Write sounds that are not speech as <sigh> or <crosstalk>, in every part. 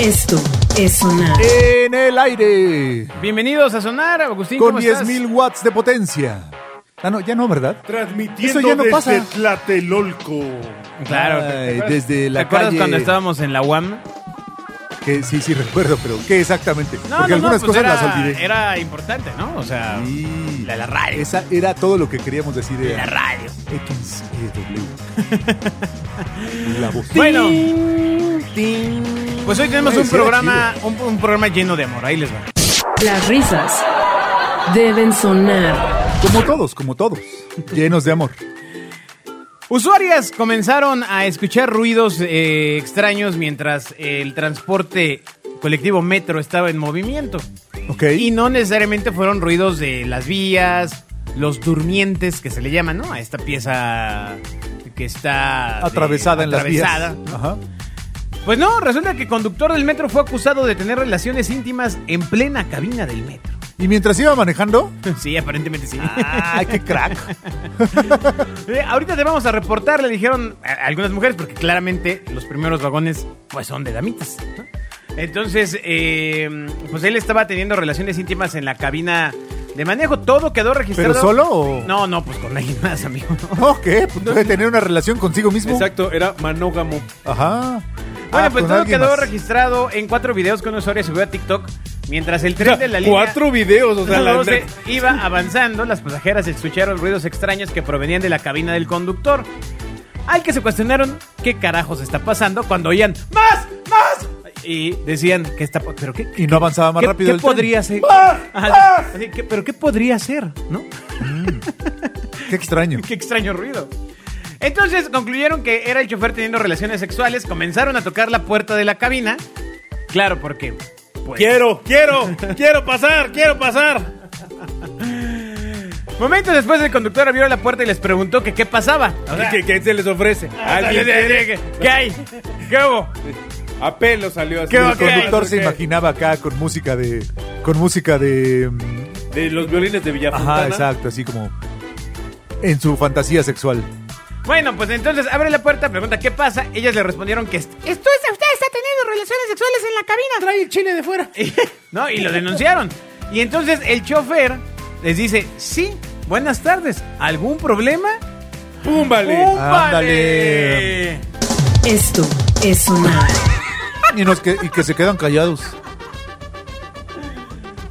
Esto es sonar. En el aire. Bienvenidos a Sonar, Agustín. Con ¿cómo estás? 10.000 watts de potencia. Ah, no, ya no, ¿verdad? Transmitiendo Eso ya no desde pasa. Tlatelolco. Claro. Ay, desde ¿Te la acuerdas calle. cuando estábamos en la UAM? Que, sí, <laughs> sí, recuerdo, pero ¿qué exactamente? Porque No, no, no, algunas pues cosas era, las olvidé. era importante, ¿no? O sea, Sí. la, la radio. Esa era todo lo que queríamos decir. La Era radio. XEW. <laughs> la voz. Bueno. Pues hoy tenemos Güey, un sí era programa, un, un programa lleno de amor. Ahí les va. Las risas deben sonar. Como todos, como todos. Llenos de amor. Usuarias comenzaron a escuchar ruidos eh, extraños mientras el transporte colectivo metro estaba en movimiento. Ok. Y no necesariamente fueron ruidos de las vías, los durmientes que se le llaman, ¿no? A esta pieza que está de- atravesada en las atravesada, vías. ¿no? Ajá. Pues no, resulta que conductor del metro fue acusado de tener relaciones íntimas en plena cabina del <laughs> metro. Y mientras iba manejando. Sí, aparentemente sí. ¡Ay, qué crack! Ah, Eh, Ahorita te vamos a reportar, le dijeron a- a algunas mujeres, porque claramente los primeros vagones pues son de damitas. ¿no? Entonces, eh, pues él estaba teniendo relaciones íntimas en la cabina de manejo. Todo quedó registrado. ¿Pero solo o.? No, no, pues con alguien más, amigo. <laughs> No, ¿qué? Pues Puede tener una relación consigo mismo. Exacto, era manógamo. Ajá. <laughs> Bueno, Ah, pues con todo alguien quedó más. registrado en cuatro videos que un usuario subió a TikTok mientras el tren de la línea... Cuatro <laughs> videos, o sea, la- 12 iba avanzando, las pasajeras escucharon ruidos extraños que provenían de la cabina del conductor. Al que se cuestionaron qué carajos está pasando cuando oían ¡Más! ¡Más! Y decían que está... ¿Pero qué? Y no avanzaba más qué- rápido. qué el tren. podría ser? ¡Ah! Ajá, así que, ¿Pero qué podría ser? ¿No? <laughs> Qué extraño. Qué extraño ruido. Entonces concluyeron que era el chofer teniendo relaciones sexuales, comenzaron a tocar la puerta de la cabina. Claro, porque... pues, Quiero, <laughs> quiero, quiero pasar, quiero pasar. Momentos después el conductor abrió la puerta y les preguntó que qué pasaba. O sea, ¿Qué, qué se les ofrece? ¿Qué, ¿Alguien quiere? qué hay? ¿Qué hubo? A pelo salió así. ¿Qué el ok, conductor se ok. imaginaba acá con música de. Con música de. mm, De los violines de Villafontana. Ajá, exacto, así como. En su fantasía sexual. Bueno, pues entonces abre la puerta, pregunta qué pasa. Ellas le respondieron que est- esto es, usted está teniendo relaciones sexuales en la cabina. Trae el chile de <laughs> fuera. no, y lo denunciaron. Y entonces el chofer les dice, sí, buenas tardes, ¿algún problema? Púmbale. ¡Úmbale! Esto es sonar. Y, nos que, y que se quedan callados.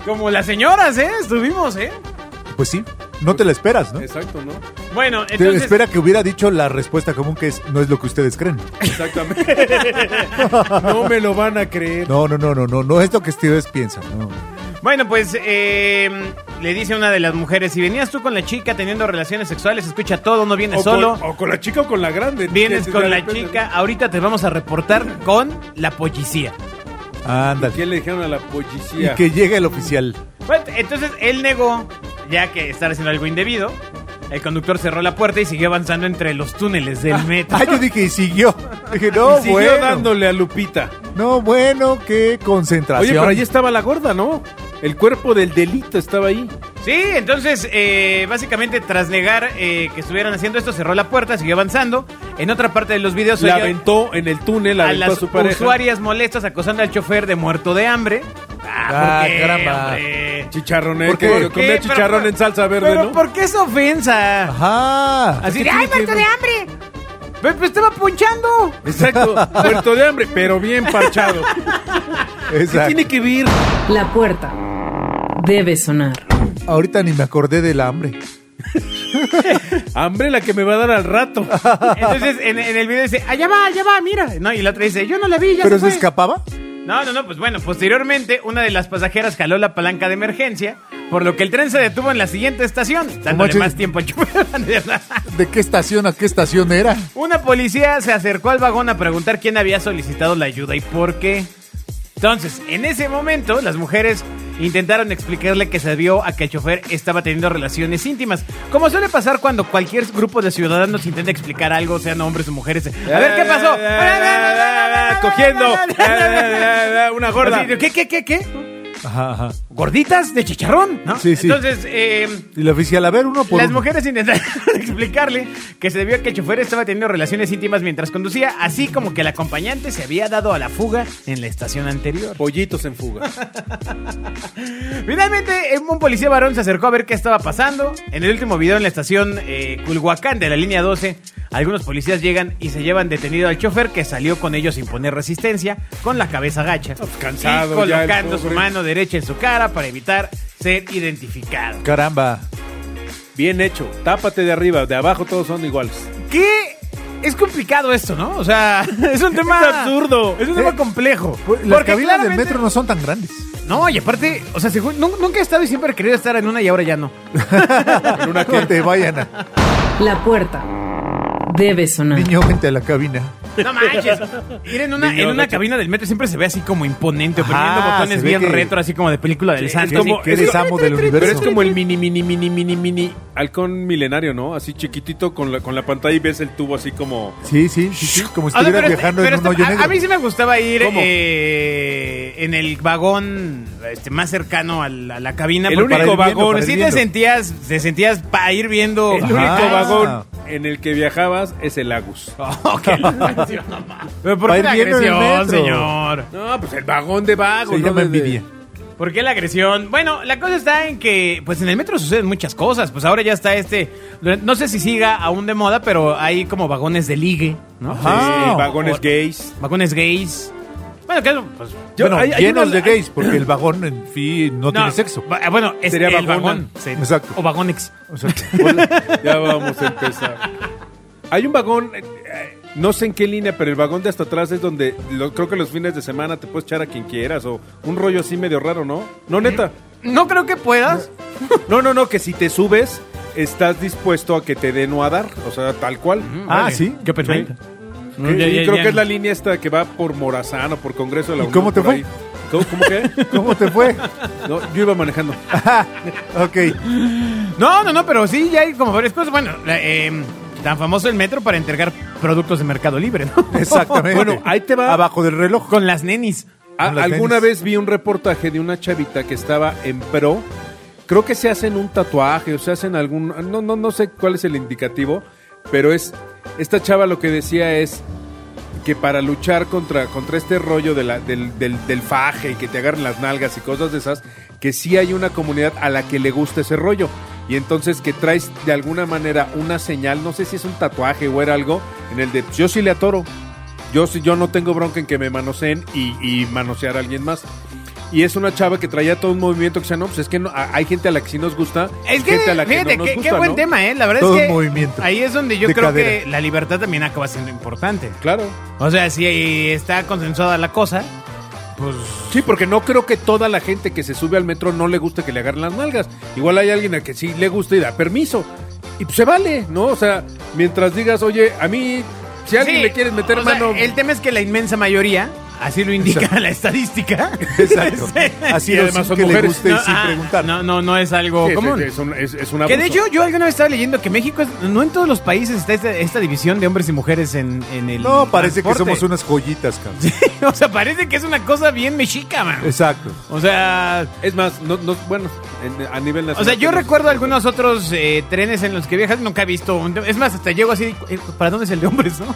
Como las señoras, ¿eh? Estuvimos, ¿eh? Pues sí, no te la esperas, ¿no? Exacto, ¿no? Bueno, Te entonces... espera que hubiera dicho la respuesta común que es no es lo que ustedes creen. <laughs> Exactamente. no me lo van a creer. No, no, no, no, no, no es lo que ustedes piensan. no. Bueno, pues eh, le dice una de las mujeres, si venías tú con la chica teniendo relaciones sexuales, escucha todo, no vienes O con, solo, o con la chica o con la grande. vienes Que- con de la repente- chica, ahorita te vamos a reportar con la policía. Ándale. ¿Qué le dijeron a la Y policía? que llegue el oficial. Bueno, entonces él negó, ya que estaba haciendo algo indebido, el conductor cerró la puerta y siguió avanzando entre los túneles del metro. Ah, yo dije, y siguió. Dije, no, <laughs> Y siguió bueno. dándole a Lupita. No, bueno, qué concentración. Oye, pero ahí estaba la gorda, ¿no? El cuerpo del delito estaba ahí. Sí, entonces, eh, básicamente, tras negar eh, que estuvieran haciendo esto, cerró la puerta, siguió avanzando. En otra parte de los videos... La oye- aventó en el túnel, la a aventó a, las su pareja. usuarias molestas acosando al chofer de muerto de hambre. Ah, ¿por qué, caramba. hombre? Chicharronete. ¿Por qué? porque comía ¿Qué? chicharrón Pero- en salsa verde, Pero ¿no? ¿por qué esa ofensa? Ajá. Así de, ¡ay, muerto de hambre! Pero, pero estaba punchando. Exacto, muerto de hambre, pero bien parchado. ¿Qué Exacto. tiene que ver? La puerta debe sonar. Ahorita ni me acordé del hambre. Hambre la que me va a dar al rato. Entonces, en, en el video dice, allá va, allá va, mira. No, y la otra dice, yo no la vi, ya ¿Pero se se fue". escapaba? No, no, no, pues bueno, posteriormente una de las pasajeras jaló la palanca de emergencia, por lo que el tren se detuvo en la siguiente estación, dándole manches. más tiempo al chofer. <laughs> No es verdad. ¿De qué estación a qué estación era? Una policía se acercó al vagón a preguntar quién había solicitado la ayuda y por qué. Entonces, en ese momento, las mujeres intentaron explicarle que se vio a que el chofer estaba teniendo relaciones íntimas. Como suele pasar cuando cualquier grupo de ciudadanos intenta explicar algo, sean hombres o mujeres. A ver, ¿qué pasó? Cogiendo. Una gorda. Así, ¿Qué, qué, qué, qué? Ajá, ajá. gorditas de chicharrón, ¿no? Sí, sí. Entonces, eh, Y la oficial, a ver, uno por las uno. mujeres intentaron <laughs> explicarle que se debió a que el chofer estaba teniendo relaciones íntimas mientras conducía, así como que el acompañante se había dado a la fuga en la estación anterior. Pollitos en fuga. Finalmente, eh, un policía varón se acercó a ver qué estaba pasando. En el último video en la estación eh, Culhuacán de la línea 12, algunos policías llegan y se llevan detenido al chofer que salió con ellos sin poner resistencia, con la cabeza gacha. pues, cansado y ya el colocando su pobre. mano derecha en su cara para evitar ser identificado. Caramba. Bien hecho. Tápate de arriba, de abajo todos son iguales. ¿Qué? Es complicado esto, ¿no? O sea, <laughs> es un tema Es absurdo. Es un tema Eh, complejo. Pues, Las Porque cabinas del claramente- metro no son tan grandes. No, y aparte, o sea, según- nun- nunca he estado y siempre he querido estar en una y ahora ya no. En una que te vayan a. La puerta debe sonar. Niño, vente a la cabina. No manches. Ir <laughs> en una, Niño, en una gacho. cabina del metro siempre se ve así como imponente, Ajá, oprimiendo botones se ve bien que- retro, así como de película del es santo. como- así. Que eres Es- amo del Pero universo. es como el mini, mini, mini, mini, mini halcón milenario, ¿no? Así chiquitito con la, con la pantalla y ves el tubo así como... Sí, sí, sí, sí, Como si O sea, estuvieras pero este- viajando pero en un este- hoyo a- negro. A, mí sí me gustaba ir ¿Cómo? eh, en el vagón este, más cercano a la, a la cabina. El porque- único para ir vagón. pues sí para ir te viendo. sentías, te sentías para ir viendo. El Ajá. único vagón en el que viajabas es el Agus. Oh, <laughs> qué agresión, mamá. Pero ¿Por Pa' qué ir la viendo en el agresión, metro. señor? No, pues el vagón de vagos. Se no llama de- de- envidia. ¿Por qué la agresión? Bueno, la cosa está en que, pues en el metro suceden muchas cosas. Pues ahora ya está este. No sé si siga aún de moda, pero hay como vagones de ligue, ¿no? Ajá. Sí, vagones O- gays. Vagones gays. Bueno, que pues. Yo- bueno, hay- hay llenos una- de gays, porque el vagón en fin no, tiene sexo. va- Bueno, es Sería el vagona. vagón. sí. Exacto. O vagonex. O sea, <laughs> Ya vamos a empezar. Hay un vagón, eh, eh, no sé en qué línea, pero el vagón de hasta atrás es donde lo- creo que los fines de semana te puedes echar a quien quieras o un rollo así medio raro, ¿no? No, neta. No creo que puedas. No, no, no, que si te subes estás dispuesto a que te den o a dar, o sea, tal cual. ah, sí. Qué perfecto. No, Sí, ya, ya, creo ya. que es la línea esta que va por Morazán o por Congreso de la ¿Y Unión, cómo te por fue? ahí. ¿Cómo, cómo qué? ¿Cómo te fue? <laughs> No, yo iba manejando. ok. No, no, no, pero sí, ya hay como varias cosas. Bueno, la- eh, tan famoso el metro para entregar productos de Mercado Libre, ¿no? <laughs> Exactamente. Bueno, ahí te va. Abajo del <laughs> reloj. Con las nenis. A- Con las Ah, alguna tenis. vez vi un reportaje de una chavita que estaba en pro. Creo que se hacen un tatuaje o se hacen algún. No, no, no sé cuál es el indicativo, pero es. Esta chava lo que decía es que para luchar contra, contra este rollo de la- del, del- del faje y que te agarren las nalgas y cosas de esas, que sí hay una comunidad a la que le gusta ese rollo. Y entonces que traes de alguna manera una señal, no sé si es un tatuaje o era algo, en el de yo sí le atoro, yo, sí- yo no tengo bronca en que me manoseen y, y manosear a alguien más. Y es una chava que traía todo un movimiento que decía, no, pues es que no- a- hay gente a la que sí nos gusta, Es que, gente a la que fíjate, no nos qué, gusta, qué buen ¿no? tema, ¿eh? La verdad Todo es que un movimiento ahí es donde yo de creo que cadera. la libertad también acaba siendo importante. Claro. O sea, si está consensuada la cosa, pues... Sí, porque no creo que toda la gente que se sube al metro no le gusta que le agarren las nalgas. Igual hay alguien a que sí le gusta y da permiso. Y pues se vale, ¿no? O sea, mientras digas, oye, a mí, si a alguien Sí, le quieres meter o sea, mano... el tema es que la inmensa mayoría, así lo indica Exacto. <laughs> la estadística. Exacto. Sí. Así Y lo sin además son que le mujeres. guste y No, sin ah, preguntar. No, no, no es algo Sí, sí, común. sí, es, un, es, es un Que de abuso. hecho, yo alguna vez estaba leyendo que México, es- no en todos los países está esta, esta división de hombres y mujeres en, en el. No, parece que transporte. somos unas joyitas, cabrón. <laughs> o sea, parece que es una cosa bien mexica, man. Exacto. O sea, Es más, no, no- bueno, en- a nivel o nacional... sea, yo tenemos- recuerdo algunos otros eh, trenes en los que viajas, nunca he visto un... Es más, hasta llego así, eh, ¿para dónde es el de hombres, <laughs> no?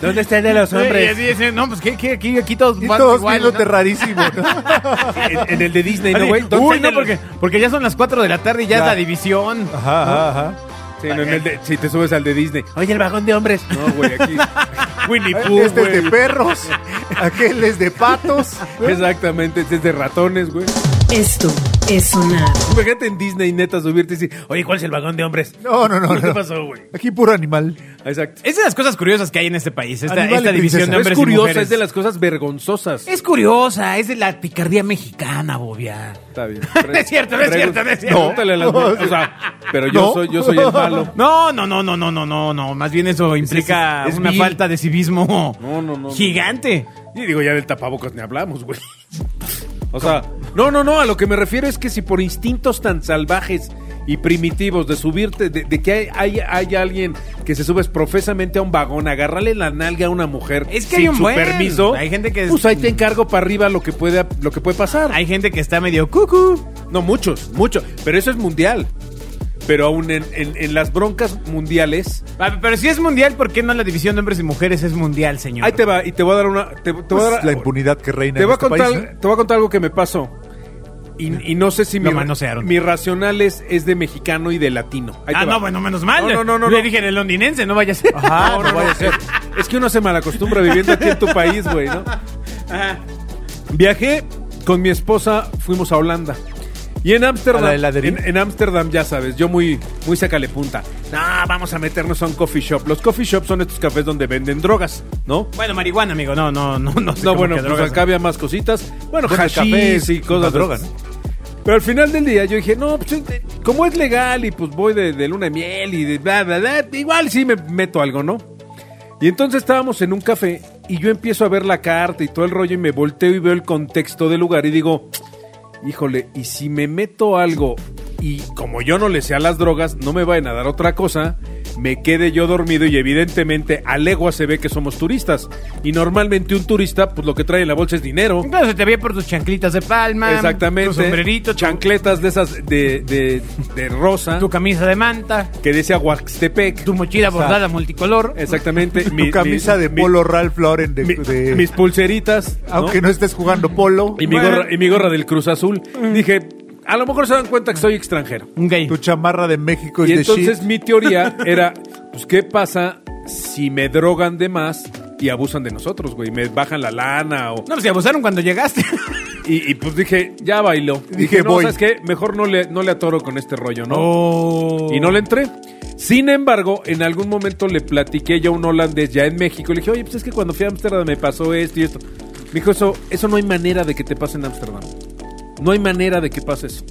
¿Dónde está el de los hombres? Y así, así, no, pues ¿qué, qué, aquí, aquí todos Y van todos igual, viéndote ¿no? rarísimo, ¿no? <laughs> en, en el de Disney, ¿no, Así, güey? ¿Dónde Uy, está no, el de los- porque, porque ya son las 4 de la tarde y ya, Ya. es la división. Ajá, ajá, ajá. Sí, no, en el <laughs> de- si te subes al de Disney. Oye, el vagón de hombres. No, güey, aquí... Winnie Pooh, Este güey. es de perros, aquel es de patos. Exactamente, este es de ratones, güey. Esto es sonar. Imagínate en Disney neta subirte y decir, oye, ¿cuál es el vagón de hombres? No, no, no. ¿Qué no. pasó, güey? Aquí puro animal. Exacto. Es de las cosas curiosas que hay en este país, esta, Animal y esta división princesa. de No es hombres y curiosa, mujeres. es de las cosas vergonzosas. Es curiosa, es de la picardía mexicana, bobia. Está bien. <laughs> No es cierto, no es cierto, no es cierto. Pregúntale a las mujeres, o sea, pero yo No. soy yo soy <laughs> el malo. No, no, no, no, no, no, no, no. Más bien eso implica es una vil. falta de civismo No, no, no, gigante. Y digo, ya del tapabocas ni hablamos, güey. O sea, no, no, no, a lo que me refiero es que si por instintos tan salvajes y primitivos de subirte, de, de que hay, hay, hay alguien que se sube profesamente a un vagón, agarrarle la nalga a una mujer Es que sin hay un su buen. permiso. Hay gente que es- Pues ahí te encargo para arriba lo que puede, lo que puede pasar. Hay gente que está medio cucu. No, muchos, muchos. Pero eso es mundial. Pero aún en, en- en las broncas mundiales. Ah, Pero si es mundial, ¿por qué no la división de hombres y mujeres es mundial, señor? Ahí te va, y te voy a dar una. Te, te voy a Pues, dar- la impunidad que reina te en voy a este contar, país, ¿no? te voy a contar algo que me pasó. Y, y no sé si Lo mi, manosearon. mi racional es, es de mexicano y de latino. Ahí ah, te va. no, bueno, menos mal. No, no, no, no, Le no. dije en el londinense, no vayas. Ajá, No, no, no. Es que uno se malacostumbra viviendo aquí en tu país, güey, ¿no? Viajé con mi esposa, fuimos a Holanda. Y en ¿A Ámsterdam, la heladería? en, en Ámsterdam, ya sabes, yo muy, muy sacale punta. No, vamos a meternos a un coffee shop. Los coffee shops son estos cafés donde venden drogas, ¿no? <laughs> Bueno, marihuana, amigo. No, no, no. <laughs> No, sé No, cómo bueno, que pues drogas. acá había más cositas. Bueno, Bueno, el hashish café es y cosas una droga, de esas. ¿no? Pero al final del día yo dije, no, pues eh, como es legal y pues voy de, de luna de miel y de bla, bla, bla, igual sí me meto algo, ¿no? Y entonces estábamos en un café y yo empiezo a ver la carta y todo el rollo y me volteo y veo el contexto del lugar y digo, híjole, y si me meto algo y como yo no le sé a las drogas, no me vayan a dar otra cosa, me quede yo dormido y evidentemente a legua se ve que somos turistas. Y normalmente un turista, pues lo que trae en la bolsa es dinero. Claro, se te veía por tus chanclitas de palma. Exactamente. Tu sombrerito, tu- Chancletas de esas de, de, de rosa. tu camisa de manta, que decía Huaxtepec. tu mochila Exacto. bordada multicolor. Exactamente. <laughs> Tu camisa de mi- polo Ralph Lauren de, mi- de- Mis pulseritas. ¿no? aunque no estés jugando polo, Y, mi gorra, y mi gorra del Cruz Azul. Mm. Dije, a lo mejor se dan cuenta que soy extranjero. Un gay. tu chamarra de México Y es Pues de entonces shit. mi <laughs> teoría era, pues, ¿qué pasa si me drogan de más y abusan de nosotros, güey? Me bajan la lana o... No, pues se abusaron cuando <laughs> llegaste. Y, y, pues dije, ya bailó. Dije, voy. ¿sabes qué? Mejor no le, no le atoro con este rollo, ¿no? No. Oh. Y no le entré. Sin embargo, en algún momento le platiqué yo a un holandés ya en México. Le dije, oye, pues es que cuando fui a Ámsterdam me pasó esto y esto. Me dijo, eso, eso no hay manera de que te pase en Ámsterdam. No hay manera de que pase eso.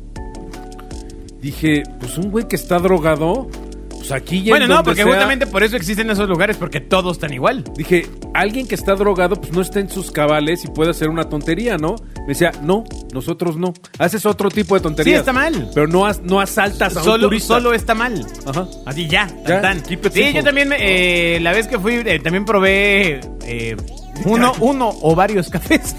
Dije, pues un güey que está drogado, pues aquí ya en Bueno, no, donde porque sea- justamente por eso existen esos lugares, porque todos están igual. Dije, alguien que está drogado, pues no está en sus cabales y puede hacer una tontería, ¿no? Me decía, no, nosotros no. Haces otro tipo de tontería. está mal. Pero no, as- no asaltas a un Solo, turista. solo está mal. Ajá. Así ya, tan, Ya, tan. keep it Sí, simple. yo también, me- eh, la vez que fui, eh, también probé eh, uno, uno o varios cafés.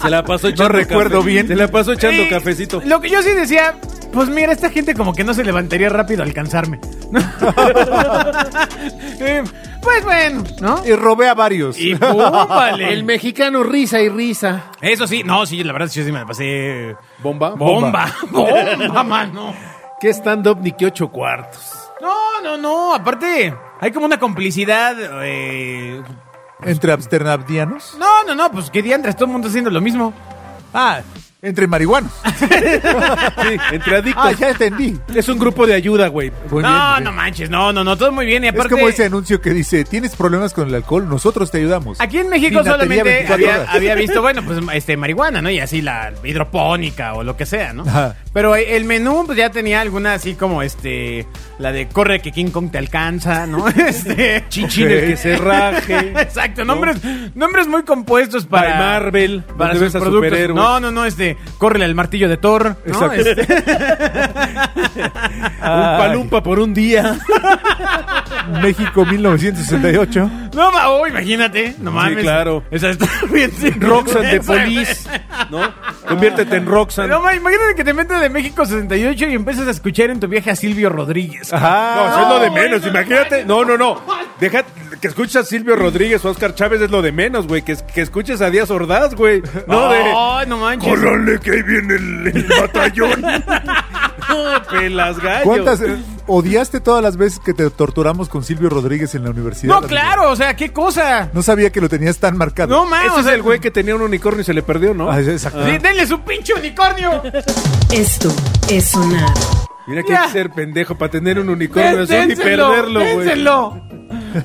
Se la pasó echando recuerdo café. bien. Se la pasó echando Y cafecito. Eh, Lo que yo sí decía, pues mira, esta gente como que no se levantaría rápido a alcanzarme. <laughs> Eh, pues bueno, ¿no? Y robé a varios. <laughs> Y pum, vale. mexicano risa y risa. Eso sí, no, sí, la verdad, yo sí me la pasé. ¿Bomba? Bomba, bomba, mano. ¿Qué stand-up ni qué ocho cuartos? No, no, no. Aparte, hay como una complicidad. eh, <laughs> Entre amsterdamianos, No, no, no, pues qué diantres, todo el mundo haciendo lo mismo. Ah, entre marihuanos. <laughs> Sí, entre adictos. Ah, ya entendí. Es un grupo de ayuda, güey. Muy no, bien, muy bien. no manches, no, no, no, todo muy bien. Y Es aparte, como ese anuncio que dice, tienes problemas con el alcohol, nosotros te ayudamos. aquí en México Vinatería solamente 24 había, horas. había <laughs> visto, bueno, pues este marihuana, ¿no? Y así la hidropónica o lo que sea, ¿no? Ajá. Pero eh, el menú pues, ya tenía alguna así como este, la de corre que King Kong te alcanza, <laughs> ¿no? Este, Chichín Ok. el que se raje. <laughs> Exacto, nombres, nombres muy compuestos para By Marvel, para donde sus ves a productos. superhéroes. No, no, no, este, córrele al martillo de Thor, ¿no? Exacto. Este, Ah, Un palumpa por un día. <laughs> México 1968. No, ma- oh, imagínate, no mames. claro. Esa está <laughs> bien sin Roxanne de vergüenza, güey. Police. <laughs> ¿No? Conviértete en Roxanne. No, ma- imagínate que te metes de México 68 y empiezas a escuchar en tu viaje a Silvio Rodríguez. No, eso Ajá. es lo de güey, menos, no imagínate. No, no, no. Deja que escuches a Silvio Rodríguez o Oscar Chávez es lo de menos, güey. Que, es- que escuches a Díaz Ordaz, güey. No, de... Ay, no manches. ¡Córrele que ahí viene el, el batallón! <laughs> no, pelas gallo. ¿Cuántas eh, odiaste todas las veces que te torturamos con Silvio Rodríguez en la universidad? No, amigo? claro, o sea, qué cosa. No sabía que lo tenías tan marcado. No mames. Ese es el güey que tenía un unicornio y se le perdió, ¿no? Ah, exacto. Sí, denle su pinche <laughs> unicornio. Esto es sonar. Mira que Ya. hay que ser pendejo para tener un Dén- unicornio azul y dénselo, perderlo, güey. dénselo.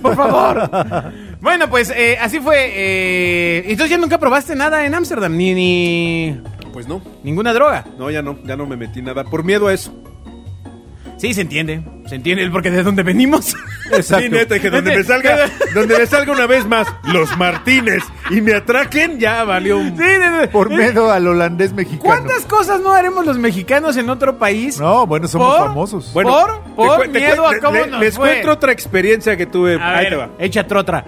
Por <laughs> favor. Bueno, pues eh, así fue. eh, entonces ya nunca probaste nada en Ámsterdam, ni, ni Pues no, ninguna droga. no, ya no, ya no me metí nada. Por miedo a eso. <laughs> Sí, se entiende. Se entiende porque de dónde venimos. Sí, neta, que donde me salga, donde me salga una vez más los Martínez y me atraquen, ya valió un... <laughs> Sí, de- de- Por de- miedo al holandés mexicano. ¿Cuántas cosas no haremos los mexicanos en otro país? No, bueno, somos ¿Por? famosos. Bueno, Por- te por cuen- te miedo cuen- a cómo le- nos Les fue. cuento otra experiencia que tuve. a Ahí ver, te va. échate otra.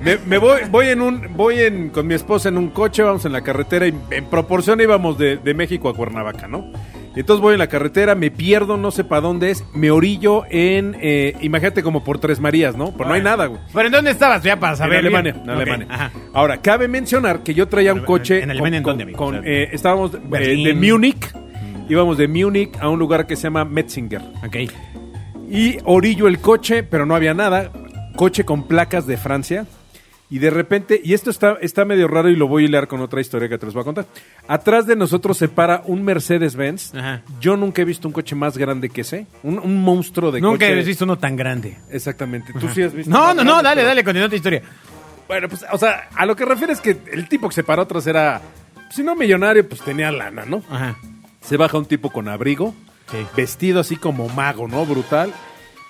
Me, me voy, voy en un, voy en, con mi esposa en un coche, vamos en la carretera y en proporción íbamos de, de México a Cuernavaca, ¿no? Y entonces voy en la carretera, me pierdo, no sé para dónde es, me orillo en, eh, imagínate como por Tres Marías, ¿no? Pues no hay Bueno. nada, güey. ¿Pero en dónde estabas? Ya para En saber. bien. Alemania, en Ok, Alemania. ajá. Ahora, cabe mencionar que yo traía un Pero, coche. ¿en Alemania en con- dónde, amigo? con, O sea, eh, estábamos eh, de Berlín. Mm. Múnich, íbamos de Múnich a un lugar que se llama Metzinger. Ok. Y orillo el coche, pero no había nada. Coche con placas de Francia. Y de repente, y esto está, está medio raro y lo voy a hilar con otra historia que te los voy a contar. Atrás de nosotros se para un Mercedes-Benz. Ajá. Yo nunca he visto un coche más grande que ese. Un, un monstruo de Nunca coche. he visto uno tan grande. Exactamente. Tú sí has visto. No, más no, no, grande, dale, pero- dale, continúa tu historia. Bueno, pues, o sea, a lo que refieres que el tipo que se paró atrás era, si no millonario, pues tenía lana, ¿no? Ajá. Se baja un tipo con abrigo, Sí. vestido así como mago, ¿no? Brutal.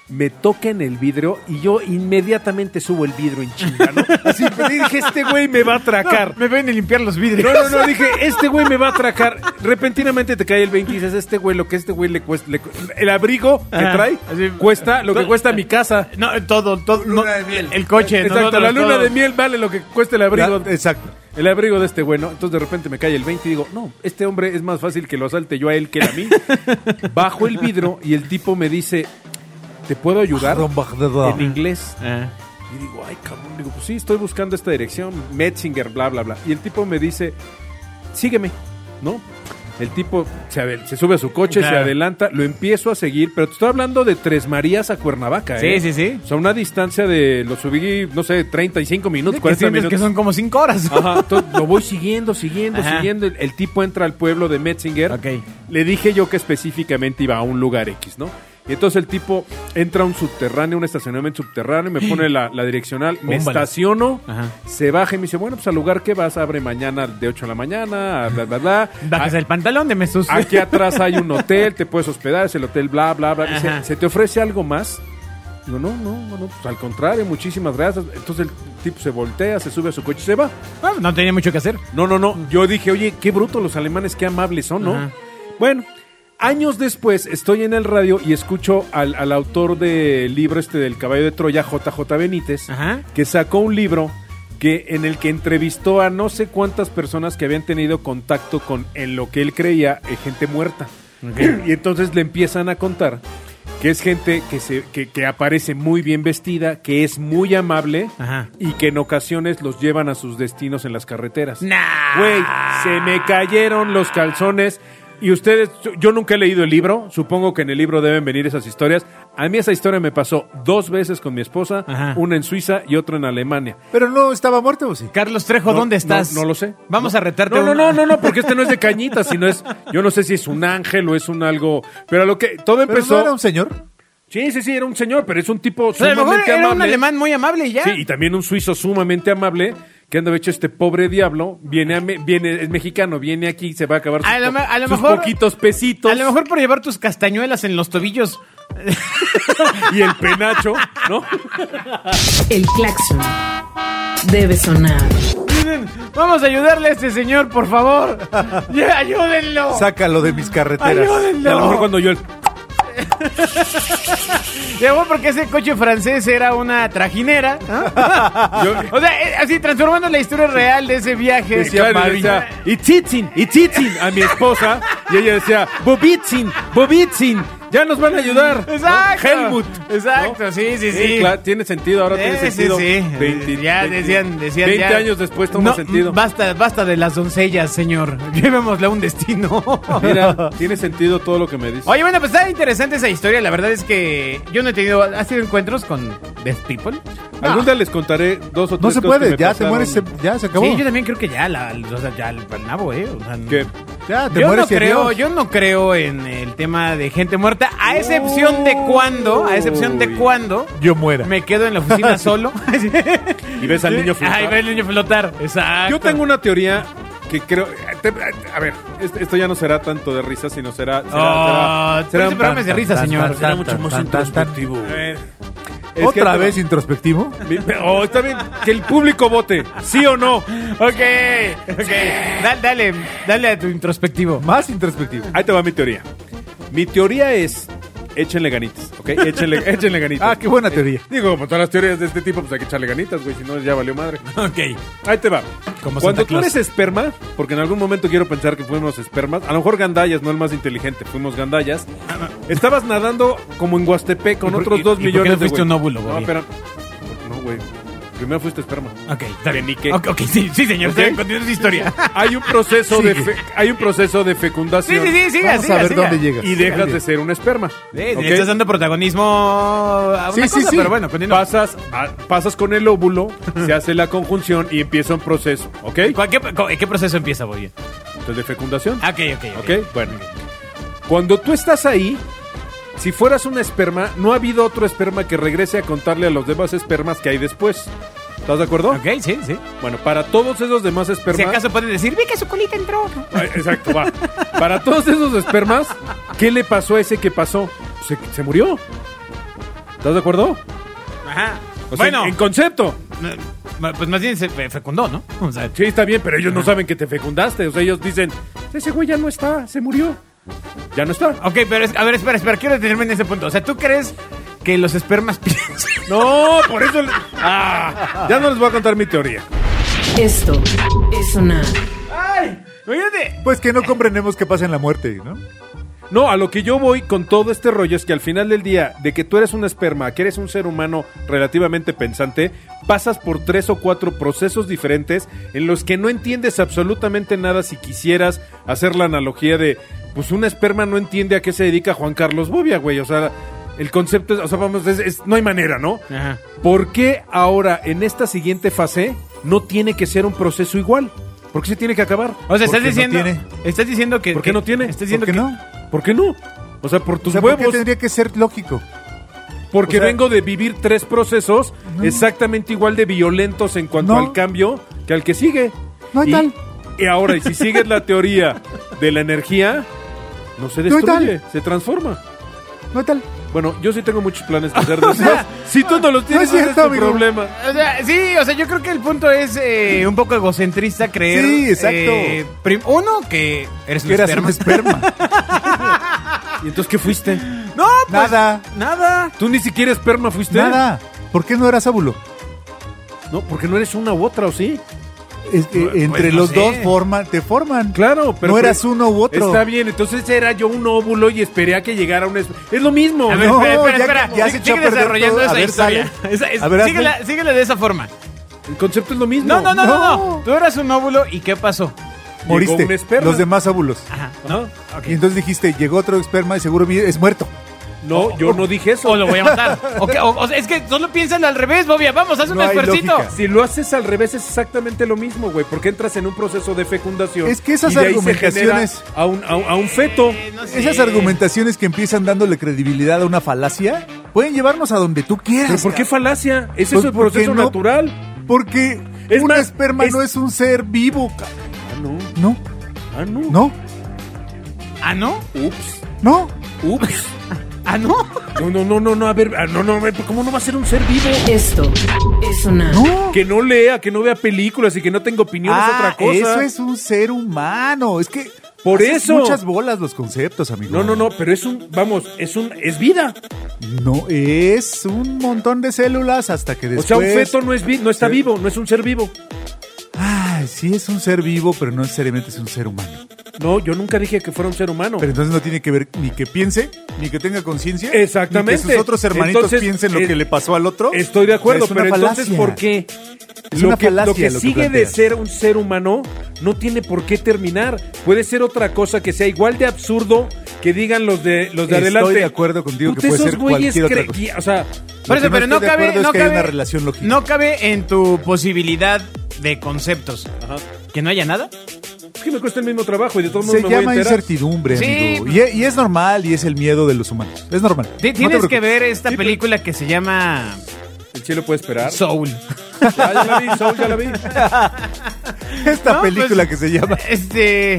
Me toca en el vidrio y yo inmediatamente subo el vidrio en chinga, <laughs> ¿no? Así pues, dije, este güey me va a atracar. Me ven a limpiar los No, vidrios. <laughs> no, no, dije, este güey me va a atracar. Repentinamente te cae el 20 y dices, este güey, lo que este güey le cuesta, le cu- el abrigo que Ajá. trae Así- cuesta lo que cuesta mi casa. No, eh, todo, todo. no, de miel. El coche, Exacto, nosotros, la luna todo. de miel vale lo que cuesta el abrigo. Ya, Exacto. El abrigo de este bueno, entonces de repente me cae el 20 y digo, no, este hombre es más fácil que lo asalte yo a él que él a <laughs> mí. Bajo el vidrio y el tipo me dice, ¿te puedo ayudar? En inglés. Ah. Y digo, ay, cabrón, digo, pues sí, estoy buscando esta dirección, Metzinger, bla, bla, bla. Y el tipo me dice, sígueme, ¿no? El tipo se, ade- se sube a su coche, se Claro. adelanta, lo empiezo a seguir, pero te estoy hablando de Tres Marías a Cuernavaca, Sí, ¿eh? sí, sí. O sea, una distancia de, lo subí, no sé, 35 minutos, Que 40 sientes minutos. que son como cinco horas. Ajá, entonces lo voy siguiendo, siguiendo, Ajá. siguiendo. El, el tipo entra al pueblo de Metzinger. Ok. Le dije yo que específicamente iba a un lugar X, ¿no? Y entonces el tipo entra a un subterráneo, un estacionamiento subterráneo, me pone la, la direccional, me Bómbala. estaciono, Ajá. se baja y me dice, bueno, pues al lugar que vas abre mañana de 8 de la mañana, bla, bla, bla. Bajas A- el pantalón de Mesus. Aquí atrás hay un hotel, te puedes hospedar, es el hotel, bla, bla, bla. Dice, Ajá. ¿se te ofrece algo más? Digo, no, no, no, no, pues al contrario, muchísimas gracias. Entonces el tipo se voltea, se sube a su coche y se va. Ah, <laughs> No tenía mucho que hacer. No, no, no. Yo dije, oye, qué bruto los alemanes, qué amables son, ¿no? Ajá. Bueno, años después estoy en el radio y escucho al, al autor del libro este del caballo de Troya, JJ Benítez, Ajá. que sacó un libro que, en el que entrevistó a no sé cuántas personas que habían tenido contacto con, en lo que él creía, eh, gente muerta. <clears throat> Y entonces le empiezan a contar que es gente que, se, que, que aparece muy bien vestida, que es muy amable Ajá. y que en ocasiones los llevan a sus destinos en las carreteras. Nah. Güey, Ah. se me cayeron los calzones. Y ustedes, yo nunca he leído el libro, supongo que en el libro deben venir esas historias. A mí esa historia me pasó dos veces con mi esposa, Ajá. una en Suiza y otra en Alemania. Pero no estaba muerto, ¿o sí? Carlos Trejo, No, ¿dónde no, estás? No, lo sé. Vamos No. a retarte. No, no, un- no, no, no, porque este no es de cañitas, sino es, yo no sé si es un ángel o es un algo, pero a lo que todo ¿Pero empezó. no era un señor? Sí, sí, sí, era un señor, pero es un tipo O sea, a lo mejor sumamente era un amable. alemán muy amable y ya. Sí, y también un suizo sumamente amable que anda hecho este pobre diablo, viene, a me- viene es mexicano, viene aquí y se va a acabar sus, A lo po- me- a lo sus mejor- poquitos pesitos A lo mejor por llevar tus castañuelas en los tobillos. y el penacho, ¿no? El claxon debe sonar. Miren, Vamos a ayudarle a este señor, por <laughs> favor. Ya, ayúdenlo. Sácalo de mis carreteras. Y a lo mejor Ayúdenlo. cuando yo el Llegó porque ese coche francés era una trajinera. ¿no? Yo- o sea, eh, así transformando la historia real de ese viaje. decía, Claro, y decía, y tzitzin, y tzitzin a mi esposa y ella decía, bobitzin, bobitzin, ya nos van a ayudar. ¿no? Exacto. Helmut. ¿no? Exacto, sí, sí, sí. claro, tiene sentido, ahora tiene Sí, sí, sentido. sí. 20, ya 20, decían, decían 20 ya. años después toma No, sentido. Basta, basta de las doncellas, señor. <laughs> Llevémosle a un destino. Mira, tiene sentido todo lo que me dice. Oye, bueno, pues está interesante esa historia. La verdad es que yo no he tenido. ¿Has tenido encuentros con Death People? Algún día les contaré dos o tres No se cosas que puede, me ya te pasaron. mueres, se- ya se acabó. Sí, yo también creo que ya, la, o sea, ya el, el nabo, ¿eh? O sea, no- Que Ya, te Yo mueres no, y creo, adiós. yo no creo en el tema de gente muerta, a excepción de Uy. cuando, a excepción de cuando Yo muera. me quedo en la <laughs> oficina solo. Y ves al niño flotar. Ay, ve al niño flotar. Exacto. Yo tengo una teoría que creo. te- a ver, es- esto ya no será tanto de risa, sino será. será, Oh, Ah. será- será pero ese programa es de risa, señor. Será mucho más introspectivo. A ver, Es que- ¿Otra vez introspectivo? Mi- Oh, está bien. Que el público vote. ¿Sí o no? Ok, ok. Da- dale, dale a tu introspectivo. Más introspectivo. Ahí te va mi teoría. Mi teoría es. Échenle ganitas, <laughs> ¿ok? Échenle, échenle ganitas. Ah, qué buena teoría. Digo, como todas las teorías de este tipo, pues hay que echarle ganitas, güey, si no ya valió madre. Ok. Ahí te va. Como Santa Cuando tú Claus. eres esperma, porque en algún momento quiero pensar que fuimos espermas, a lo mejor gandallas, no el más inteligente, fuimos gandallas. Estabas nadando como en Huastepec ¿Y con por- otros y- dos y por qué millones no de fuiste güey- un óvulo, No, Bobby? espera. No, güey. Primero <laughs> fuiste esperma. Ok, está bien. ¿Y qué? Ok, ok, sí, sí, señor. ¿Ok? Está bien, continúa su historia. Hay un proceso de Sigue. fe- hay un proceso de Sí, fecundación sí, sí, siga, Vamos siga, a ver siga. dónde llega. y Muy dejas bien. de ser un esperma. Sí, ¿ok? Le estás dando protagonismo a una Sí, sí, cosa, sí. pero bueno, continúa. Pasas, a- pasas con el óvulo, <laughs> se hace la conjunción y empieza un proceso, ¿ok? ¿Cuál- ¿Qué, cu- qué proceso empieza, Bobby? Ok, Entonces, de fecundación. ok, ok. ¿Ok? Bueno. Cuando tú estás ahí, si fueras un esperma, no ha habido otro esperma que regrese a contarle a los demás espermas que hay después. ¿Estás de acuerdo? Ok, sí, sí. Bueno, para todos esos demás espermas... Si acaso pueden decir, vi que su colita entró. Ay, Exacto, va. Para todos esos espermas, ¿qué le pasó a ese que pasó? Se, se murió. ¿Estás de acuerdo? Ajá. O sea, bueno, en concepto. ma- pues más bien se fe- fecundó, ¿no? O sea, Sí, está bien, pero ellos no saben que te fecundaste. O sea, ellos dicen, ese güey ya no está, se murió. Ya no está. ok, pero es, a ver, espera, espera, quiero detenerme en ese punto. O sea, ¿tú crees que los espermas <laughs> piensan? No, por eso... le- Ah, ya no les voy a contar mi teoría. Esto es sonar. ¡Ay! Fíjate. Pues que no comprendemos qué pasa en la muerte, ¿no? No, a lo que yo voy con todo este rollo es que al final del día, de que tú eres un esperma, que eres un ser humano relativamente pensante, pasas por tres o cuatro procesos diferentes en los que no entiendes absolutamente nada si quisieras hacer la analogía de, pues un esperma no entiende a qué se dedica Juan Carlos Bobia, güey. O sea, el concepto es, o sea, vamos, es- es- no hay manera, ¿no? Eh. Ajá. ¿Por qué ahora, en esta siguiente fase, no tiene que ser un proceso igual? ¿Por qué se tiene que acabar? O sea, ¿Por estás qué no diciendo. tiene? estás diciendo que. ¿Por qué que- no tiene? Estás diciendo ¿Por que. qué no? ¿Por qué no? O sea, por O tus sea, ¿por qué huevos. tendría que ser lógico? Porque O sea- vengo de vivir tres procesos exactamente igual de violentos en cuanto No. al cambio que al que sigue. No hay y, tal. Y ahora, y si sigues la teoría de la energía, no se No hay tal. destruye, se transforma. No hay tal. Bueno, yo sí tengo muchos planes de <laughs> hacer después. si tú no los tienes, no es ese cierto, tu amigo. problema. O sea, sí, o sea, yo creo que el punto es eh, un poco egocentrista creer. Sí, exacto. eh, prim- uno, que eres un Que eras esperma. un esperma. ¿Y entonces qué fuiste? No, pues, Nada. Nada. ¿Tú ni siquiera esperma fuiste? Nada. ¿Por qué no eras óvulo? No, porque no eres una u otra, ¿o sí? Es que Pues, entre no los sé. dos forman, te forman. Claro, pero... No eras uno u otro. Está bien, entonces era yo un óvulo y esperé a que llegara un... Es, es lo mismo. A ver, No, espera, espera, ya- espera. ya Sí, se echó a sigue perder desarrollando todo. A esa ver, historia. sale. Esa- es- A ver, hazme. síguela, síguela de esa forma. El concepto es lo mismo. No, no, no, no, no, No. Tú eras un óvulo y ¿qué pasó? Moriste. un esperma. Ah, Los demás óvulos. Ajá. ¿No? Y entonces dijiste, llegó otro esperma y seguro mi- es muerto. No, yo no dije eso. O lo voy a matar. O que- o- o sea, es que solo piensan al revés, Bobia. Vamos, haz un No hay esfuercito. lógica. Si lo haces al revés es exactamente lo mismo, güey, porque entras en un proceso de fecundación. Es que esas y de ahí se argumentaciones- genera a un, a, un- a un feto. Eh, no sé. Esas argumentaciones que empiezan dándole credibilidad a una falacia pueden llevarnos a donde tú quieras. ¿Pero por qué falacia? Ese Pues es el porque proceso no- natural. Porque Es un más, esperma es- no es un ser vivo. ca- Ah, no. No, Ah, no. no, ¿Ah, no? Ups. no. Ups. ¿Ah, no? No, no, no, no, no, a ver, ah, no, no, a ver, ¿cómo no va a ser un ser vivo? Esto es sonar. No. Que no lea, que no vea películas y que no tenga opiniones, Ah, otra cosa. Eso es un ser humano. Es que Por haces eso. muchas bolas los conceptos, amigo. No, no, no, pero es un, vamos, es un, es vida. No es un montón de células hasta que después. o sea, un feto no es vi- no está vivo, no es un ser vivo. Ay, sí es un ser vivo, pero no necesariamente es un ser humano. No, yo nunca dije que fuera un ser humano. Pero entonces no tiene que ver ni que piense, ni que tenga conciencia. Exactamente. Ni que sus otros hermanitos Entonces, piensen lo eh, que le pasó al otro. Estoy de acuerdo, Es una pero entonces, falacia. ¿por qué? Es Lo una que, lo falacia que lo que sigue de planteas. ser un ser humano no tiene por qué terminar. Puede ser otra cosa que sea igual de absurdo que digan los de los de Estoy adelante. de acuerdo contigo que Puta, puede esos ser güeyes cualquier otra cre- cosa. y- O sea, Por eso, que no pero no estoy de cabe, acuerdo es no que hay cabe- una relación lógica. No cabe en tu posibilidad de conceptos. ajá, ¿Que no haya nada? es que me cuesta el mismo trabajo y de todos Se modos me voy a llama enterar. pues. incertidumbre, Sí. amigo. Y, e- y es normal y es el miedo de los humanos. Es normal. No Ti- te Tienes que preocupes. pues. ver esta Sí, pero- película que se llama El cielo puede esperar. Ah, Soul. <laughs> Ya, ya la vi, Saul, ya la vi. <laughs> esta No, película pues, que se llama. Este.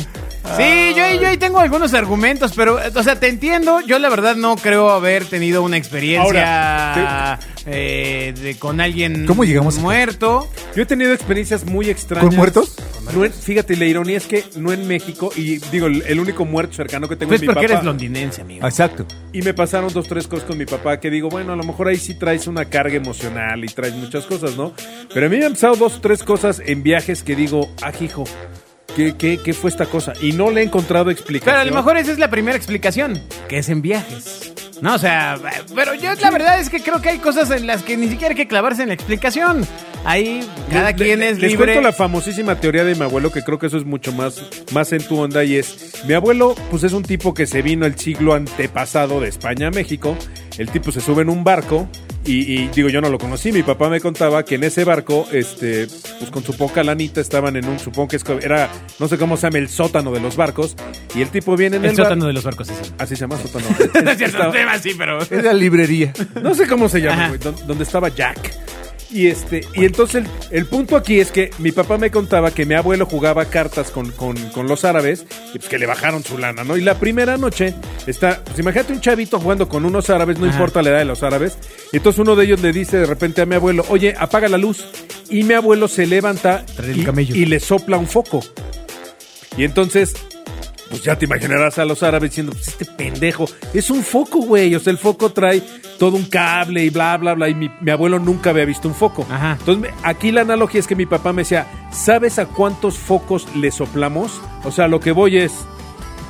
Sí, yo, ahí- yo ahí tengo algunos argumentos, pero, eh, o sea, te entiendo. Yo la verdad no creo haber tenido una experiencia eh, de- con alguien ¿Cómo llegamos acá? muerto. Yo he tenido experiencias muy extrañas. ¿Con muertos? No en- fíjate, la ironía es que no en México, y digo, el, el único muerto cercano que tengo Pues es mi porque papá. eres londinense, amigo. Exacto. Y me pasaron dos, tres cosas con mi papá que digo, bueno, a lo mejor ahí sí traes una carga emocional y traes muchas cosas, ¿no? Pero a mí me han pasado dos, tres cosas en viajes que digo, ah, hijo, ¿qué, qué, qué fue esta cosa? Y no le he encontrado explicación. Pero a lo mejor esa es la primera explicación, que es en viajes. No, o sea, eh, pero yo la verdad es que creo que hay cosas en las que ni siquiera hay que clavarse en la explicación. Ahí cada Le- quien le- es les libre. cuento la famosísima teoría de mi abuelo, que creo que eso es mucho más, más en tu onda, y es, mi abuelo, pues es un tipo que se vino el siglo antepasado de España a México, el tipo se sube en un barco, y, y, digo, yo no lo conocí, mi papá me contaba que en ese barco, este, pues con su poca lanita estaban en un, supongo que es co- era, no sé cómo se llama, el sótano de los barcos, y el tipo viene en el, El sótano bar- de los barcos, sí, <laughs> sí. Así se llama sótano. <laughs> No es cierto, el tema sí, pero... <laughs> Es la librería. <laughs> No sé cómo se Ajá. llama, güey, don- donde estaba Jack. Y este, y entonces el, el punto aquí es que mi papá me contaba que mi abuelo jugaba cartas con, con- con los árabes y pues que le bajaron su lana, ¿no? Y la primera noche está, pues imagínate un chavito jugando con unos árabes, no Ajá. importa la edad de los árabes. Y entonces uno de ellos le dice de repente a mi abuelo, oye, apaga la luz. Y mi abuelo se levanta Trae el y, camello. y le sopla un foco. Y entonces pues ya te imaginarás a los árabes diciendo, pues este pendejo, es un foco, güey. O sea, el foco trae todo un cable y bla, bla, bla. Y mi, mi abuelo nunca había visto un foco. Ajá. Entonces, me- aquí la analogía es que mi papá me decía, ¿sabes a cuántos focos le soplamos? O sea, lo que voy es,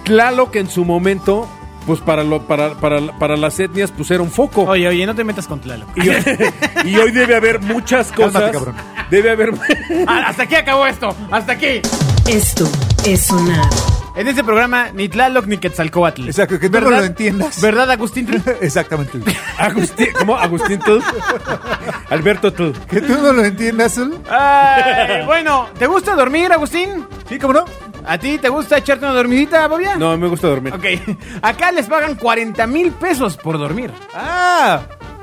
claro que en su momento, pues para, lo, para, para, para las etnias, pues era un foco. Oye, oye, no te metas con Tlaloc. Y, hoy- <laughs> y hoy debe haber muchas cosas. Cálmate, cabrón. debe haber... <laughs> Ah, Hasta aquí acabó esto, hasta aquí. Esto es sonar. En este programa, ni Tlaloc ni Quetzalcoatl. Exacto, que tú no lo entiendas. ¿Verdad, <laughs> Agustín? Tri- Exactamente. Agustín, ¿Cómo? Agustín Tud. Alberto Tud. Que tú no lo entiendas, Azul. Ay, bueno, ¿te gusta dormir, Agustín? Sí, cómo no. ¿A ti te gusta echarte una dormidita, Bobia? No, me gusta dormir. Ok, <laughs> acá les pagan 40 mil pesos por dormir. Ah,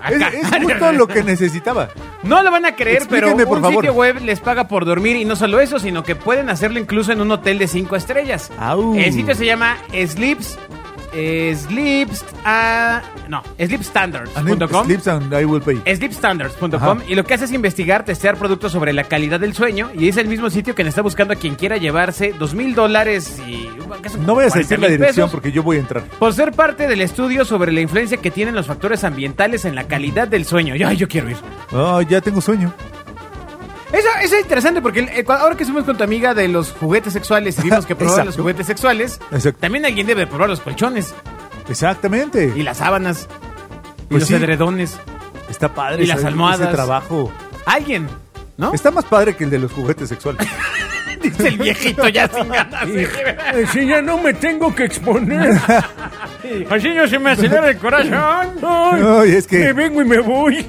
es, Acá. es justo lo que <laughs> necesitaba. No lo van a creer, Explíquenme, pero por un favor. sitio web les paga por dormir y no solo eso, sino que pueden hacerlo incluso en un hotel de 5 estrellas. Au. El sitio se llama Sleeps... eh, Sleeps... ah, no, sleepstandards.com. Slips and I will pay. Sleepstandards.com Ah, Ajá. y lo que hace es investigar, testear productos sobre la calidad del sueño y es el mismo sitio que le está buscando a quien quiera llevarse dos mil dólares y... ¿qué son? No vayas a decir la 40,000 dirección pesos. porque yo voy a entrar. Por ser parte del estudio sobre la influencia que tienen los factores ambientales en la calidad del sueño. Ay, yo quiero ir. Ah, ya tengo sueño. Eso, eso es interesante porque el- eh, cu- ahora que somos con tu amiga de los juguetes sexuales y vimos que probaban los Exacto. juguetes sexuales, Exacto. también alguien debe probar los colchones Exactamente. y las sábanas y Pues los sí. edredones. Está padre y las ese- almohadas. ese trabajo. Alguien, ¿no? Está más padre que el de los juguetes sexuales. <laughs> Dice el viejito ya sin ganas. de- Si ya no me tengo que exponer. <laughs> Así yo se me acelera el corazón. Ay, No, y es que- Me vengo y me voy.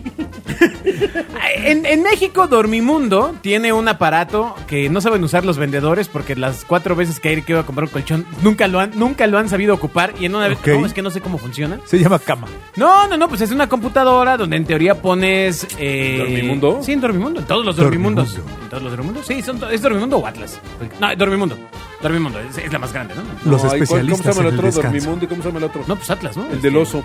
En, en México, Dormimundo tiene un aparato que no saben usar los vendedores porque las cuatro veces que que iba a comprar un colchón nunca lo han, nunca lo han sabido ocupar y en una vez... Ok. No, es que no sé cómo funciona. Se llama <laughs> cama. No, no, no, pues es una computadora donde en teoría pones... Eh, ¿Dormimundo? Sí, en Dormimundo, en todos los Dormimundo. Dormimundos. ¿En todos los Dormimundos? Sí, son, to- es Dormimundo o Atlas. No, Dormimundo. Dormimundo, es, es la más grande, ¿no? Los Ay, ¿cuál- especialistas ¿Cómo se llama en el el otro? descanso. Dormimundo. ¿Y ¿Cómo se llama el otro? No, pues Atlas, ¿no? El del oso.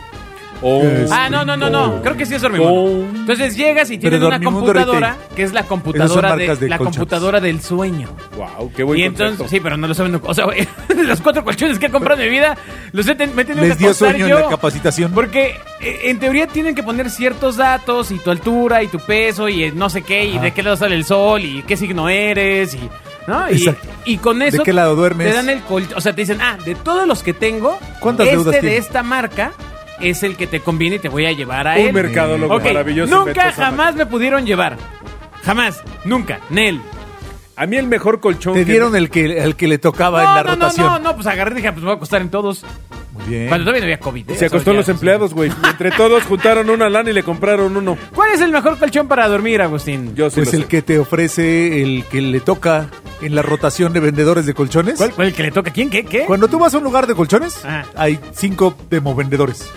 Oh. Es- Ah, no, no, no, no. Creo que sí es Dormimundo. Dormimundo. Entonces llegas y Oh. Pero tienen una Dormimundo computadora retail. que es la Esas son computadora, de, marcas de la colchones. computadora del sueño. Wow, qué buen y entonces, concepto. sí, pero no lo saben. O sea, güey, <laughs> los cuatro colchones que he comprado en mi vida, los he ten- me he tenido Les que dio acostar sueño yo, en la capacitación. Porque eh, en teoría tienen que poner ciertos datos y tu altura y tu peso y eh, no sé qué y de qué lado sale el sol y qué signo eres y ¿no? Y, Exacto. y con ¿De eso qué lado duermes? te dan el colchón, o sea, te dicen, "Ah, de todos los que tengo, ¿Cuántas este deudas de tienes? esta marca es el que te conviene y te voy a llevar a Un él." mercadólogo Ok, maravilloso. Nunca Beto Zamaca. jamás me pudieron llevar. Jamás, nunca, Nel. A mí el mejor colchón. Te que- dieron el que, el que le tocaba no, en la no, rotación. No, no, no, pues agarré y dije, pues me voy a acostar en todos. Muy bien. Cuando todavía no había COVID. ¿eh? Se acostó Eso ya, los empleados, güey. Y Entre todos juntaron una lana y le compraron uno. ¿Cuál es el mejor colchón para dormir, Agustín? Yo sí Pues lo el sé. que te ofrece, el que le toca en la rotación de vendedores de colchones. ¿Cuál, cuál el que le toca? ¿Quién? ¿Qué? ¿Qué? Cuando tú vas a un lugar de colchones, Ajá. hay cinco demovendedores.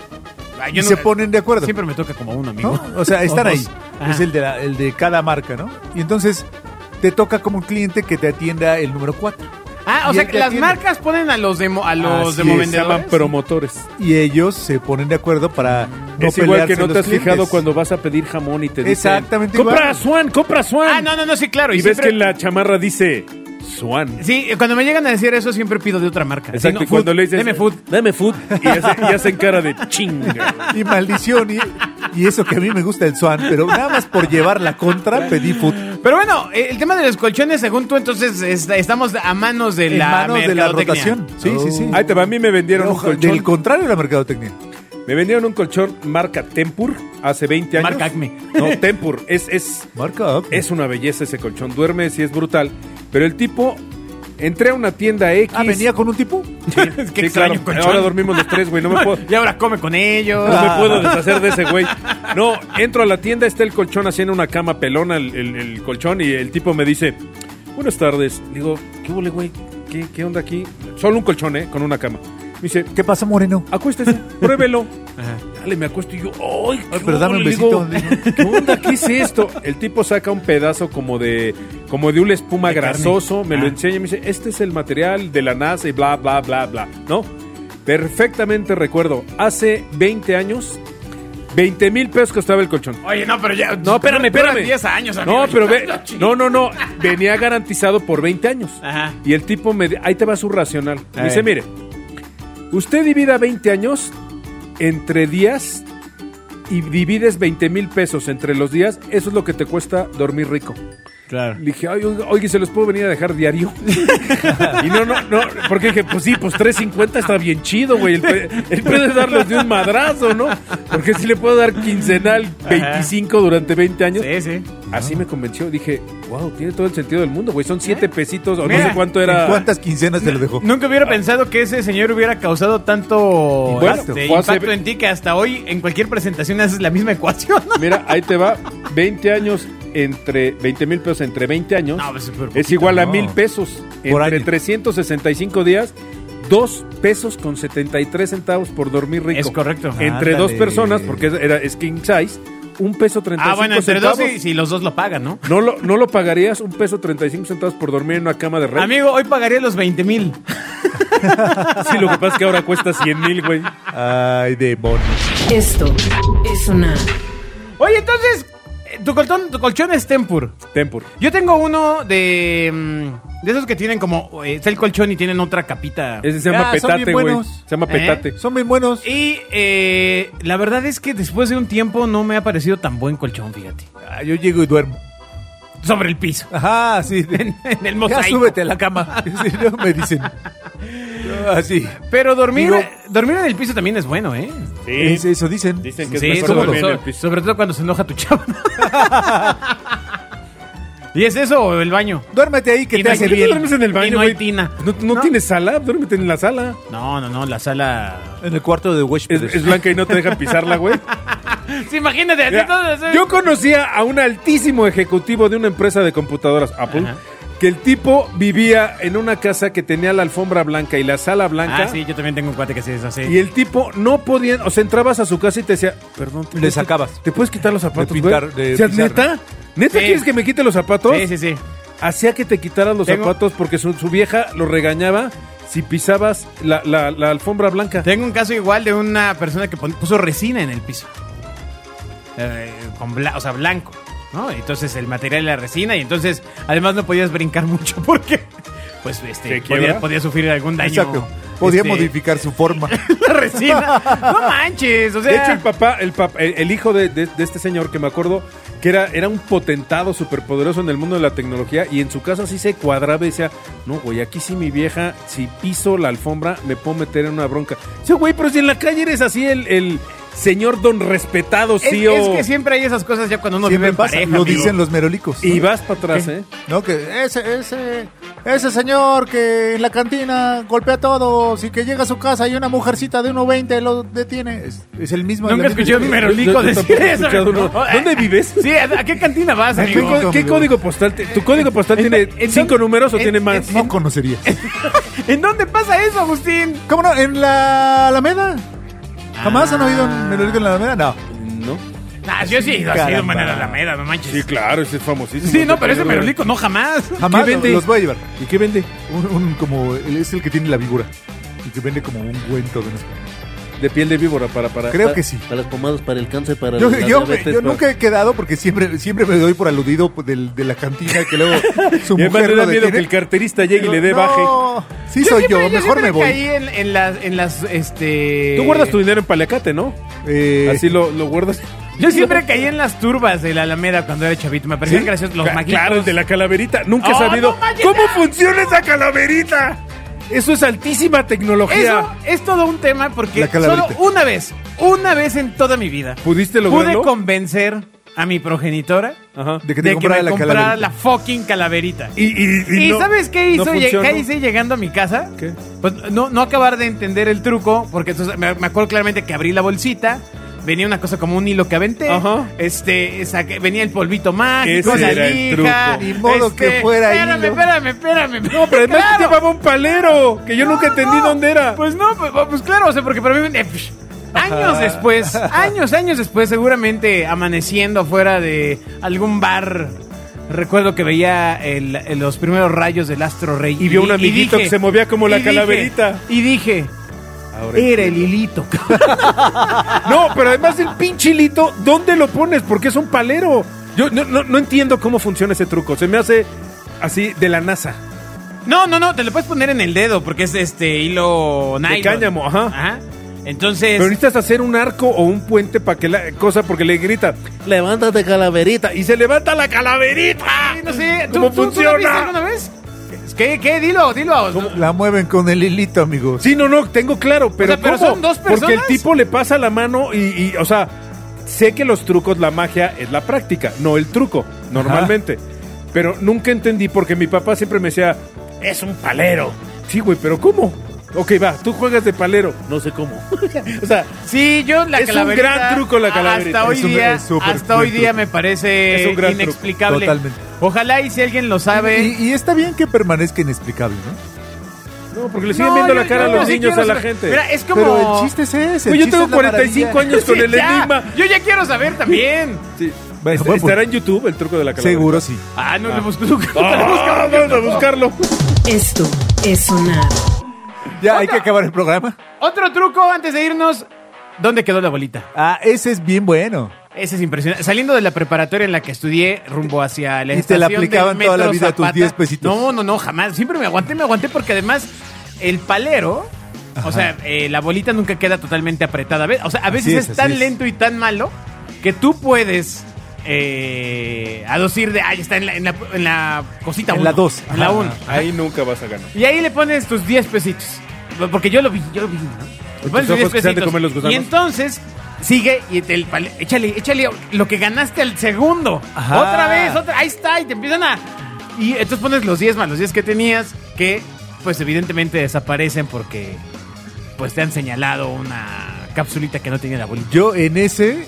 Ah, y se ponen de acuerdo. Siempre me toca como uno, amigo. ¿no? O sea, están ahí. dos. Es Ajá. el de, la- el de cada marca, ¿no? Y entonces te toca como un cliente que te atienda el número 4. Ah, o Y sea, el que que las atiende. marcas ponen a los demo, a los Así Sí, ¿Como se llaman demovendedores. promotores. Y ellos se ponen de acuerdo para no es igual que pelearse no te los has fijado clientes. cuando vas a pedir jamón y te dicen... Exactamente ¡Compra igual. Swan! ¡Compra Swan! Ah, no, no, no, sí, claro. Y ves siempre- que en la chamarra dice Swan. Sí, cuando me llegan a decir eso siempre pido de otra marca. Exacto, Sí, no, y cuando food, le dices... eh, Deme food. Deme food. <laughs> Y hacen, y hacen cara de chinga. <laughs> Y maldición. Y, y eso que a mí me gusta el Swan, pero nada más por llevar la contra pedí food. Pero bueno, eh, el tema de los colchones, según tú, entonces es- estamos a manos de En la manos de la mercadotecnia. rotación. Sí, sí, sí. Oh. Ahí te va, a mí me vendieron un Ojo, Del colchón. contrario a la mercadotecnia. Me vendieron un colchón marca Tempur hace 20 años. Marca Acme. No, Tempur. Es, es, Marca up. es una belleza ese colchón. Duerme, sí es brutal. Pero el tipo... Entré a una tienda X. Ah, venía con un tipo. <laughs> Es que extraño colchón. Ahora dormimos los tres, güey. <laughs> No me puedo... Y ahora come con ellos. No Ah. me puedo deshacer de ese güey. No, entro a la tienda, está el colchón haciendo una cama pelona, el, el- el colchón, y el tipo me dice, buenas tardes. Digo, ¿qué huele, güey? ¿Qué, ¿Qué onda aquí? Solo un colchón, ¿eh? Con una cama. Me dice, ¿Qué pasa, Moreno? acuéstese, <laughs> pruébelo. Dale, me acuesto y yo, ¡ay! Ay, qué pero dame un huele", digo, besito. ¿Qué onda? ¿Qué es esto? El tipo saca un pedazo como de como de una espuma De carne. grasoso, me lo Ah. enseña y me dice, este es el material de la NASA y bla, bla, bla, bla, ¿no? Perfectamente recuerdo, hace 20 años, 20 mil pesos costaba el colchón. Oye, no, pero ya. No, espérame, duran espérame. 10 años, amigo. No, pero <laughs> ve. Está chido. No, no, no. Venía garantizado por 20 años. Ajá. Y el tipo me. Ahí te va su racional. Me A dice, ver. mire, usted divida 20 años entre días y divides 20 mil pesos entre los días. Eso es lo que te cuesta dormir rico. Claro. Le dije, "Ay, oiga, oiga, ¿se los puedo venir a dejar diario? y no, no, no, porque dije, pues sí, pues 3.50 está bien chido, güey. El, pe- el pedo es darlos de un madrazo, ¿no? Porque si le puedo dar quincenal 25 durante 20 años. Sí, Ah. sí. Así me convenció. Dije, wow, tiene todo el sentido del mundo, güey. Son 7 pesitos o no ¿Eh? Mira, sé cuánto era. ¿Cuántas quincenas te lo dejó? Nunca hubiera pensado que ese señor hubiera causado tanto Bueno, este, fue hace- impacto en ti que hasta hoy en cualquier presentación haces la misma <laughs> ecuación. Mira, ahí te va. 20 años entre 20 mil pesos entre 20 años No, pues, súper es poquito, igual a no. mil pesos Por entre año. 365 días. 2 pesos con 73 centavos por dormir rico. Es correcto. Entre Ándale. dos personas, porque era, es king size, un peso 35 Ah, bueno, entre centavos. dos y si los dos lo pagan, ¿no? No lo, no lo pagarías un peso 35 centavos por dormir en una cama de <laughs> rey. Amigo, hoy pagaría los 20 mil. Sí, lo que pasa es que ahora cuesta 100 mil, güey. Ay, demonios. Esto es sonar. Oye, entonces, eh, tu colchón, tu colchón es Tempur. Tempur. Yo tengo uno de. mm, De esos que tienen como. eh, Está el colchón y tienen otra capita. Ese se llama Ah, son petate, bien güey. buenos. Se llama ¿Eh? petate. Son bien buenos. Y eh, la verdad es que después de un tiempo no me ha parecido tan buen colchón, fíjate. Ah, yo llego y duermo. Sobre el piso. Ajá, sí. <laughs> En, en Ya el mosaico. súbete a la <laughs> cama. Ah, Sí, no, me dicen. Yo Así. Pero dormir, Digo- dormir en el piso también es bueno, ¿eh? Es- eso dicen. Dicen que es Sí, mejor sobre, cómodo. dormir en el so- piso. sobre todo cuando se enoja tu chavo. <laughs> ¿Y es eso o el baño? Duérmete ahí que Y te no hace hay- ¿Por qué bien. duermes en el baño, Y no hay güey? tina. No, no No. tienes sala, duérmete en la sala. No, no, no, la sala. En el cuarto de Es, huéspedes. es blanca y no te dejan pisarla, güey. Sí, imagínate, así Mira, todo, así. Yo conocía a un altísimo ejecutivo de una empresa de computadoras, Apple, Ajá. que el tipo vivía en una casa que tenía la alfombra blanca y la sala blanca. Ah, sí, yo también tengo un cuate que se deshace. Y el tipo no podía, o sea, entrabas a su casa y te decía, perdón, ¿te Le puedes- sacabas. ¿Te puedes quitar los zapatos? güey?" pintar- de Decías, pisar. ¿Neta? ¿Neta Sí. quieres que me quite los zapatos? Sí, sí, sí. hacía que te quitaras los Tengo- zapatos porque su, su vieja lo regañaba si pisabas la, la- la alfombra blanca. Tengo un caso igual de una persona que pon- puso resina en el piso. Eh, con bla- o sea, blanco. ¿no? Entonces el material era resina y entonces además no podías brincar mucho <laughs> porque pues este, Se quiebra. podía, podía sufrir algún daño. Exacto. Podía este, modificar su <laughs> forma. <laughs> La resina. No manches. O sea, De hecho, el papá, el, papá- el- el hijo de, de- de este señor que me acuerdo que era, era un potentado superpoderoso en el mundo de la tecnología y en su casa sí se cuadraba y decía, no, güey, aquí sí mi vieja, si piso la alfombra me puedo meter en una bronca. Sí, güey, pero si en la calle eres así el, el señor don respetado, E es, sí es que siempre hay esas cosas ya cuando uno vive Siempre en pasa. pareja. Lo amigo. dicen los merolicos. Y ¿no? vas para atrás, ¿eh? No, que ese, ese, ese señor que en la cantina golpea a todos y que llega a su casa y una mujercita de 1.20 lo detiene. Es, es el mismo. Nunca la misma escuché un historia. merolico Yo- yo decir tampoco he eso. escuchado uno. No. ¿Dónde vives? Sí, ¿a a qué cantina vas, Ah, ¿Qué, amigo? Tengo- co- qué código postal? te- ¿Tu código postal tiene en- cinco en- números o en- tiene más? No conocerías. ¿En dónde pasa eso, Agustín? ¿Cómo no? ¿En la Alameda? ¿Jamás han oído un merolico en la Alameda? No. No. Nah, Ah, yo sí he ido así de Caramba. manera alameda, no manches. Sí, claro, ese es famosísimo. Sí, no, pero ese merolico Merolico no jamás. Jamás ¿Qué lo- vende? los voy a llevar. ¿Y qué vende? Un, un como, es el que tiene la víbora. El que vende como un cuento de unas De piel de víbora para... para Creo Pa- que sí. Para las pomadas, para el cáncer, para Yo, la yo, me- pues. diabetes, yo para- nunca he quedado porque siempre, siempre me doy por aludido pues, del- de la cantina que <laughs> luego su Y además mujer lo le da miedo que detiene. el carterista llegue y le dé No, baje. Sí, soy yo, siempre- mejor siempre me voy. caí en, en las, en las, este... Tú guardas tu dinero en paliacate, ¿no? Eh, Así lo, lo guardas. Yo siempre caí en las turbas de la Alameda cuando era chavito. Me parecían ¿Sí? graciosos los Ca- maquitos. Claro, el de la calaverita. Nunca he ¡Oh, sabido. no manches! ¿Cómo funciona esa calaverita? Eso es altísima tecnología. Eso es todo un tema porque La calaverita. solo una vez, una vez en toda mi vida, ¿Pudiste pude lograrlo? convencer a mi progenitora Ajá. De que te de que me comprara la comprara calaverita. la fucking calaverita. Y, y- y ¿Y no- sabes qué hizo? no Lle- funcionó. ¿Qué hice llegando a mi casa? ¿Qué? Pues no, no acabar de entender el truco, porque entonces me, me acuerdo claramente que abrí la bolsita, venía una cosa como un hilo que aventé, Ajá. este, saqué- venía el polvito mágico, Ese la era el lija, este, truco. Ni modo que fuera Espérame, hilo. espérame, espérame. No, pero además claro. llevaba un palero que yo No, nunca entendí no. dónde era. Pues no, pues, pues claro, o sea, porque para mí... eh, psh, Años <laughs> después, años, años después, seguramente amaneciendo afuera de algún bar. Recuerdo que veía el- el- los primeros rayos del astro rey. Y vio un di- amiguito que se movía como la y dije- calaverita. y dije, Ahora era el hilito. cabrón. No, pero además el pinche hilito, ¿dónde lo pones? Porque es un palero. Yo no, no- no entiendo cómo funciona ese truco. Se me hace así de la NASA. No, no, no, te lo puedes poner en el dedo porque es este hilo nylon. cáñamo, ajá. Ah, Entonces, Pero necesitas hacer un arco o un puente para que la cosa, porque le grita Levántate, calaverita. y se levanta la calaverita. ay, no sé, ¿tú, ¿Cómo tú- tú lo funciona? viste alguna vez? ¿Qué, qué? Dilo, dilo. La mueven con el hilito, amigos. Sí, no, no, tengo claro, pero, O sea, pero ¿cómo? son dos Porque el personas. tipo le pasa la mano y, y, o sea, sé que los trucos, la magia es la práctica, no el truco, normalmente. Pero nunca entendí porque mi papá siempre me decía, es un palero. Sí, güey, pero ¿cómo? Ok, va, tú juegas de palero. No sé cómo. <laughs> O sea, Sí, yo la Es un calaverita- gran truco la calaverita. Hasta hoy Es un- día, es súper hasta buen hoy día truco. me parece Es un gran truco, inexplicable. totalmente. Ojalá y si alguien lo sabe. Y, y está bien que permanezca inexplicable, ¿no? no, porque le No, siguen viendo yo- la cara yo- a yo los sí niños quiero a la saber. gente. Mira, eh, es como Pero el chiste es ese. el Güey, yo chiste tengo es la 45 maravilla. años con Sí, el ya. enigma. Yo ya quiero saber <laughs> también. Sí. Bueno, Est- bueno, estará en YouTube el truco de la calaverita. Seguro sí. Ah, no, no hemos buscado. Ah, vamos a buscarlo. Esto es sonar. Ya hay que acabar el programa. <laughs> Otro truco antes de irnos. ¿Dónde quedó la bolita? Ah, ese es bien bueno. Ese es impresionante. Saliendo de la preparatoria en la que estudié rumbo hacia la Y te la estación del aplicaban toda la metro vida a tus Zapata. 10 pesitos. No, no, no, jamás. Siempre me aguanté, me aguanté porque además el palero, o sea, eh, la bolita nunca queda totalmente apretada. Ve- O sea, a veces Así es, es, así tan es. lento y tan malo que tú puedes eh, aducir de, ay, está en la, en la, en la cosita En uno, la dos. En la Ajá. 1. Ahí nunca vas a ganar. Y ahí le pones tus 10 pesitos. Porque yo lo vi, yo lo vi, ¿no? Le pones tus tus 10 ojos que se han de pesitos. comer los gusanos. y entonces sigue y te- el pale- échale, échale lo que ganaste al segundo. Ajá. Otra vez, otra, ahí está, y te empiezan a. Y entonces pones los 10 más los 10 que tenías, que pues evidentemente desaparecen porque pues te han señalado una capsulita que no tenía la bolita. Yo en ese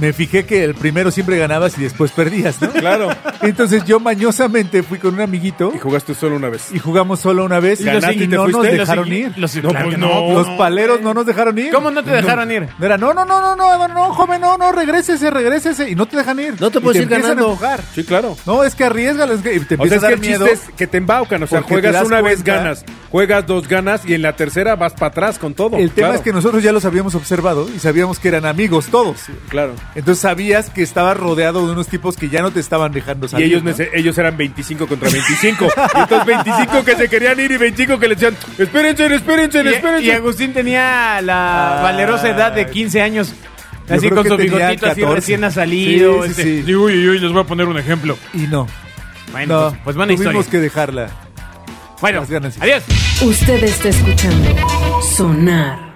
me fijé que el primero siempre ganabas y después perdías, ¿no? <laughs> Claro. Entonces yo mañosamente fui con un amiguito Y jugaste solo una vez. y jugamos solo una vez ¿Y y, los no y te nos fuiste? dejaron Los- ir. los- No, claro pues que no. Los paleros no nos dejaron ir. ¿Cómo no te dejaron ir? No Era, no, no, no, no, no, no, joven, no, no, regrésese, regrésese. Y no te dejan ir. No te Y puedes ir empiezan ganando. a empujar. Sí, claro. No, es que arriesgalo, es que y te O sea, empieza es a que dar el miedo. chiste es que te embaucan. O sea, Porque te juegas das una vez, cuenta. ganas. Juegas dos, ganas. Y en la tercera vas para atrás con todo. El tema Claro, es que nosotros ya los habíamos observado y sabíamos que eran amigos todos. Claro. Entonces sabías que estabas rodeado de unos tipos que ya no te estaban dejando Y salir. ellos, ¿no? me se- ellos eran 25 contra 25. y entonces 25 que se querían ir y 25 que le decían, espérense, espérense, Y- espérense. Y, Agustín tenía la Ah. valerosa edad de 15 años. Yo Así creo con que su tenía bigotito así 14. recién ha salido. Sí, sí, este, sí. y uy, uy, uy, les voy a poner un ejemplo. Y no. Bueno, no, pues, pues buena tuvimos historia. que dejarla. Bueno, las ganas. adiós. Usted está escuchando Sonar.